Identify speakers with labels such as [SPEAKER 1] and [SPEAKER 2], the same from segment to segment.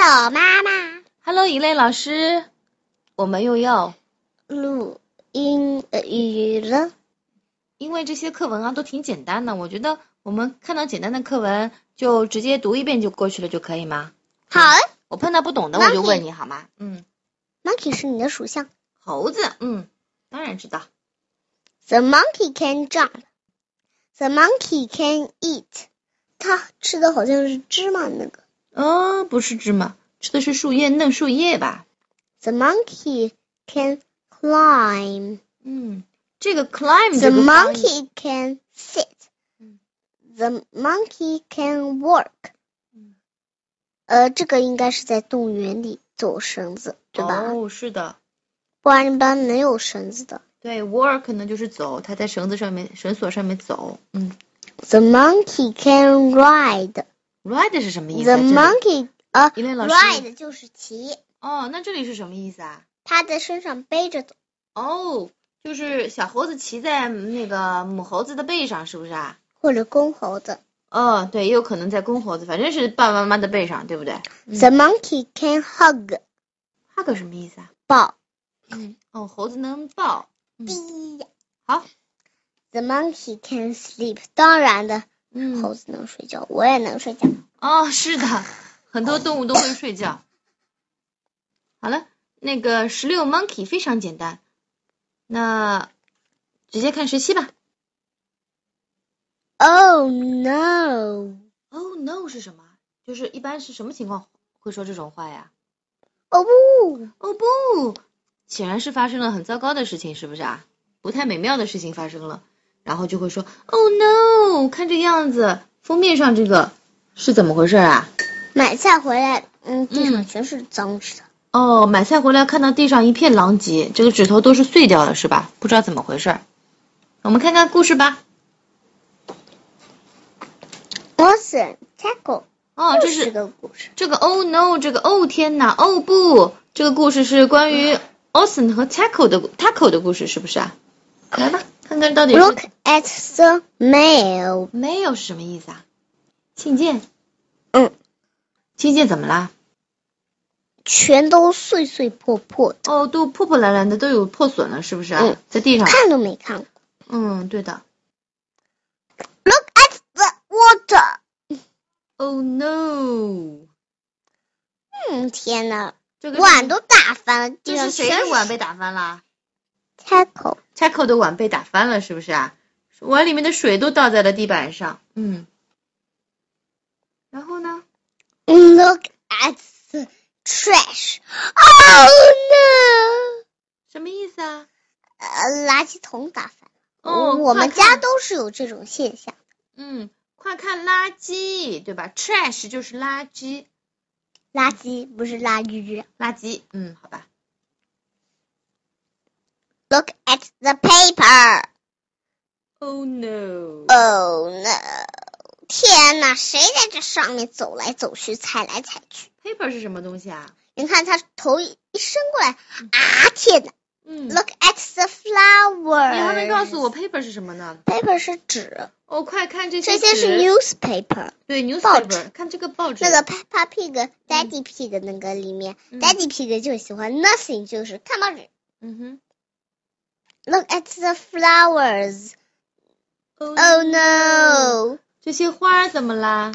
[SPEAKER 1] 宝妈妈
[SPEAKER 2] Hello，一类老师，我们又要，
[SPEAKER 1] 录英语了。
[SPEAKER 2] 因为这些课文啊都挺简单的，我觉得我们看到简单的课文就直接读一遍就过去了，就可以吗？
[SPEAKER 1] 好了
[SPEAKER 2] 我碰到不懂的我就问你好吗？嗯，
[SPEAKER 1] ，monkey 是你的属相。
[SPEAKER 2] 猴子，嗯，当然知道。
[SPEAKER 1] The monkey can jump. The monkey can eat. 它吃的好像是芝麻那个。
[SPEAKER 2] 哦，不是芝麻，吃的是树叶，嫩树叶吧？
[SPEAKER 1] The monkey can climb.
[SPEAKER 2] 嗯，这个 climb 嗯
[SPEAKER 1] The
[SPEAKER 2] 这个翻译
[SPEAKER 1] monkey can sit. The monkey can walk.
[SPEAKER 2] 嗯
[SPEAKER 1] 呃，这个应该是在动物园里走绳子，对吧？
[SPEAKER 2] 哦，是的，
[SPEAKER 1] 不然一般没有绳子的。
[SPEAKER 2] 对，walk 可能就是走，它在绳子上面，绳索上面走。嗯
[SPEAKER 1] The monkey can ride.
[SPEAKER 2] ，ride 是什么意思
[SPEAKER 1] The
[SPEAKER 2] 啊？这里
[SPEAKER 1] monkey 呃
[SPEAKER 2] 一类老师
[SPEAKER 1] ，ride 就是骑，
[SPEAKER 2] 哦，那这里是什么意思啊？
[SPEAKER 1] 它在身上背着走。
[SPEAKER 2] 哦，就是小猴子骑在那个母猴子的背上，是不是啊？
[SPEAKER 1] 或者公猴子。
[SPEAKER 2] 哦，对，也有可能在公猴子，反正是爸爸妈妈的背上，对不对
[SPEAKER 1] The monkey can hug.
[SPEAKER 2] ？hug 什么意思啊？
[SPEAKER 1] 抱。
[SPEAKER 2] 哦，猴子能抱。
[SPEAKER 1] 第一
[SPEAKER 2] 嗯好，
[SPEAKER 1] The monkey can sleep. 当然的，
[SPEAKER 2] 嗯，
[SPEAKER 1] 猴子能睡觉，我也能睡觉。
[SPEAKER 2] 哦，是的，很多动物都会睡觉。好了，那个十六 monkey 非常简单，那直接看十七吧。
[SPEAKER 1] Oh no!
[SPEAKER 2] Oh no 是什么？就是一般是什么情况会说这种话呀？
[SPEAKER 1] 哦不！
[SPEAKER 2] 哦不，显然是发生了很糟糕的事情，是不是啊？不太美妙的事情发生了，然后就会说 Oh no！看这样子，封面上这个是怎么回事啊？
[SPEAKER 1] 买菜回来，嗯，地上全是脏吃的。
[SPEAKER 2] 哦，买菜回来看到地上一片狼藉，这个指头都是碎掉了，是吧？不知道怎么回事儿。我们看看故事吧。
[SPEAKER 1] Watson tackle
[SPEAKER 2] 哦，
[SPEAKER 1] 又
[SPEAKER 2] 这
[SPEAKER 1] 是
[SPEAKER 2] 是
[SPEAKER 1] 个故事。
[SPEAKER 2] 这个 Oh no，这个哦天哪，哦不，这个故事是关于 Austin 和 Taco 的 Taco 的故事，是不是啊？来吧，看看到底是
[SPEAKER 1] Look at the mail.
[SPEAKER 2] 没有是什么意思啊？信件，
[SPEAKER 1] 嗯，
[SPEAKER 2] 信件怎么啦？
[SPEAKER 1] 全都碎碎破破，
[SPEAKER 2] 哦，都破破烂烂的，都有破损了，是不是啊？
[SPEAKER 1] 嗯
[SPEAKER 2] 在地上。
[SPEAKER 1] 看都没看过。
[SPEAKER 2] 嗯，对的。
[SPEAKER 1] Look at the water.
[SPEAKER 2] Oh no，
[SPEAKER 1] 嗯，天哪，
[SPEAKER 2] 这个是
[SPEAKER 1] 碗都打翻了，地
[SPEAKER 2] 这
[SPEAKER 1] 上
[SPEAKER 2] 是谁
[SPEAKER 1] 全
[SPEAKER 2] 的碗被打翻啦？
[SPEAKER 1] tackle。
[SPEAKER 2] Taco 的碗被打翻了，是不是啊？碗里面的水都倒在了地板上。嗯。然后呢？
[SPEAKER 1] Look at the trash. Oh no.
[SPEAKER 2] 什么意思啊？
[SPEAKER 1] 呃，垃圾桶打翻。
[SPEAKER 2] 哦，
[SPEAKER 1] 我们
[SPEAKER 2] 快
[SPEAKER 1] 家
[SPEAKER 2] 看
[SPEAKER 1] 都是有这种现象。
[SPEAKER 2] 嗯，快看垃圾，对吧？Trash 就是垃圾，
[SPEAKER 1] 垃圾不是垃圾。
[SPEAKER 2] 垃圾。嗯，好吧。
[SPEAKER 1] Look at the paper.
[SPEAKER 2] Oh no！
[SPEAKER 1] Oh no！天哪，谁在这上面走来走去、踩来踩去？
[SPEAKER 2] paper 是什么东西啊？
[SPEAKER 1] 你看他头一一伸过来，啊天哪
[SPEAKER 2] 嗯，
[SPEAKER 1] ！Look at the
[SPEAKER 2] 你
[SPEAKER 1] flower。
[SPEAKER 2] 还没告诉我 paper 是什么呢？
[SPEAKER 1] ，paper 是纸，
[SPEAKER 2] 哦，快看这些
[SPEAKER 1] 这
[SPEAKER 2] 纸，
[SPEAKER 1] 些是 newspaper。
[SPEAKER 2] 对
[SPEAKER 1] 报
[SPEAKER 2] newspaper，
[SPEAKER 1] 纸
[SPEAKER 2] 看这个报纸。
[SPEAKER 1] 那个 Peppa Pig、Daddy Pig 那个里面、
[SPEAKER 2] 嗯
[SPEAKER 1] d a d d y Pig 就喜欢 nothing，就是看报纸。
[SPEAKER 2] 嗯哼。
[SPEAKER 1] Look at the flowers.
[SPEAKER 2] Oh
[SPEAKER 1] Oh no！
[SPEAKER 2] 这些花儿怎么啦？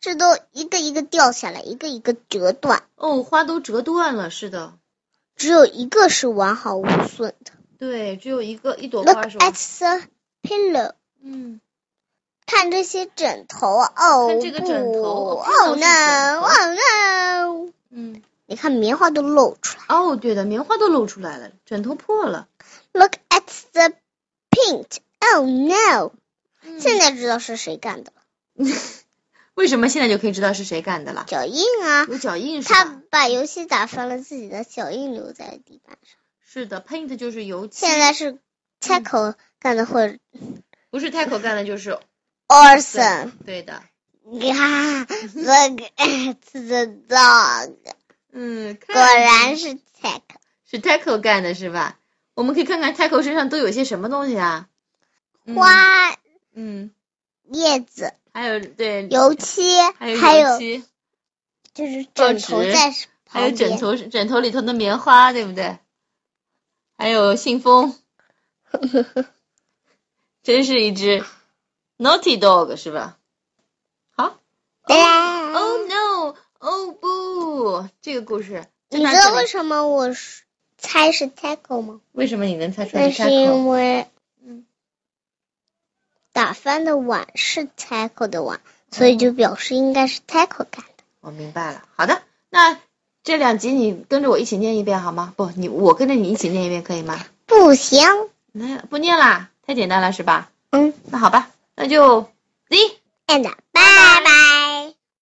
[SPEAKER 1] 这都一个一个掉下来，一个一个折断，
[SPEAKER 2] 哦，花都折断了，是的。
[SPEAKER 1] 只有一个是完好无损的。
[SPEAKER 2] 对，只有一个一朵
[SPEAKER 1] Look
[SPEAKER 2] 花是吧
[SPEAKER 1] at？the pillow，
[SPEAKER 2] 嗯，
[SPEAKER 1] 看这些枕头啊，哦
[SPEAKER 2] 看这个枕头
[SPEAKER 1] 不
[SPEAKER 2] 哦看到
[SPEAKER 1] ，Oh
[SPEAKER 2] 是枕
[SPEAKER 1] no，Oh
[SPEAKER 2] 头
[SPEAKER 1] no！
[SPEAKER 2] 嗯，
[SPEAKER 1] 哦你看棉花都露出来。
[SPEAKER 2] 哦，对的，棉花都露出来了，枕头破了。
[SPEAKER 1] Look at the paint，Oh no！
[SPEAKER 2] 嗯
[SPEAKER 1] 现在知道是谁干的了，
[SPEAKER 2] 为什么现在就可以知道是谁干的了？
[SPEAKER 1] 脚印啊，
[SPEAKER 2] 有脚印是吧？
[SPEAKER 1] 他把油漆打翻了，自己的脚印留在了地板上。
[SPEAKER 2] 是的，paint 就是油漆，
[SPEAKER 1] 现在是 Taco 干的，或者
[SPEAKER 2] 不是 Taco 干的，就是对
[SPEAKER 1] Orson。
[SPEAKER 2] 对的。
[SPEAKER 1] 嗯呀，Look at the dog，
[SPEAKER 2] 嗯，
[SPEAKER 1] 果
[SPEAKER 2] 看
[SPEAKER 1] 然是 Tech。
[SPEAKER 2] 是 Taco 干的是吧？我们可以看看 Taco 身上都有些什么东西啊？嗯，
[SPEAKER 1] 花、
[SPEAKER 2] 嗯，
[SPEAKER 1] 叶子、
[SPEAKER 2] 还有对，
[SPEAKER 1] 油漆，
[SPEAKER 2] 还有
[SPEAKER 1] 还有
[SPEAKER 2] 油漆，
[SPEAKER 1] 就是枕头在
[SPEAKER 2] 还有
[SPEAKER 1] 旁
[SPEAKER 2] 枕
[SPEAKER 1] 边，
[SPEAKER 2] 头枕头里头的棉花，对不对？还有信封，真是一只 naughty dog 是吧？好
[SPEAKER 1] 对啊哦呀
[SPEAKER 2] ，Oh no，哦不，这个故事就
[SPEAKER 1] 你
[SPEAKER 2] 到
[SPEAKER 1] 知道
[SPEAKER 2] 这里
[SPEAKER 1] 为什么我是猜是 tackle 吗？
[SPEAKER 2] 为什么你能猜出来
[SPEAKER 1] 那
[SPEAKER 2] 是 t
[SPEAKER 1] 是
[SPEAKER 2] a
[SPEAKER 1] 因为，嗯，打翻的碗是 tackle 的碗，所以
[SPEAKER 2] 嗯
[SPEAKER 1] 就表示应该是 tackle 干的。
[SPEAKER 2] 我明白了，好的，那这两集你跟着我一起念一遍好吗？不，你我跟着你一起念一遍可以吗？
[SPEAKER 1] 不行，
[SPEAKER 2] 那不念啦，太简单了是吧？
[SPEAKER 1] 嗯
[SPEAKER 2] 那好吧，那就 Z。
[SPEAKER 1] ，and 拜拜。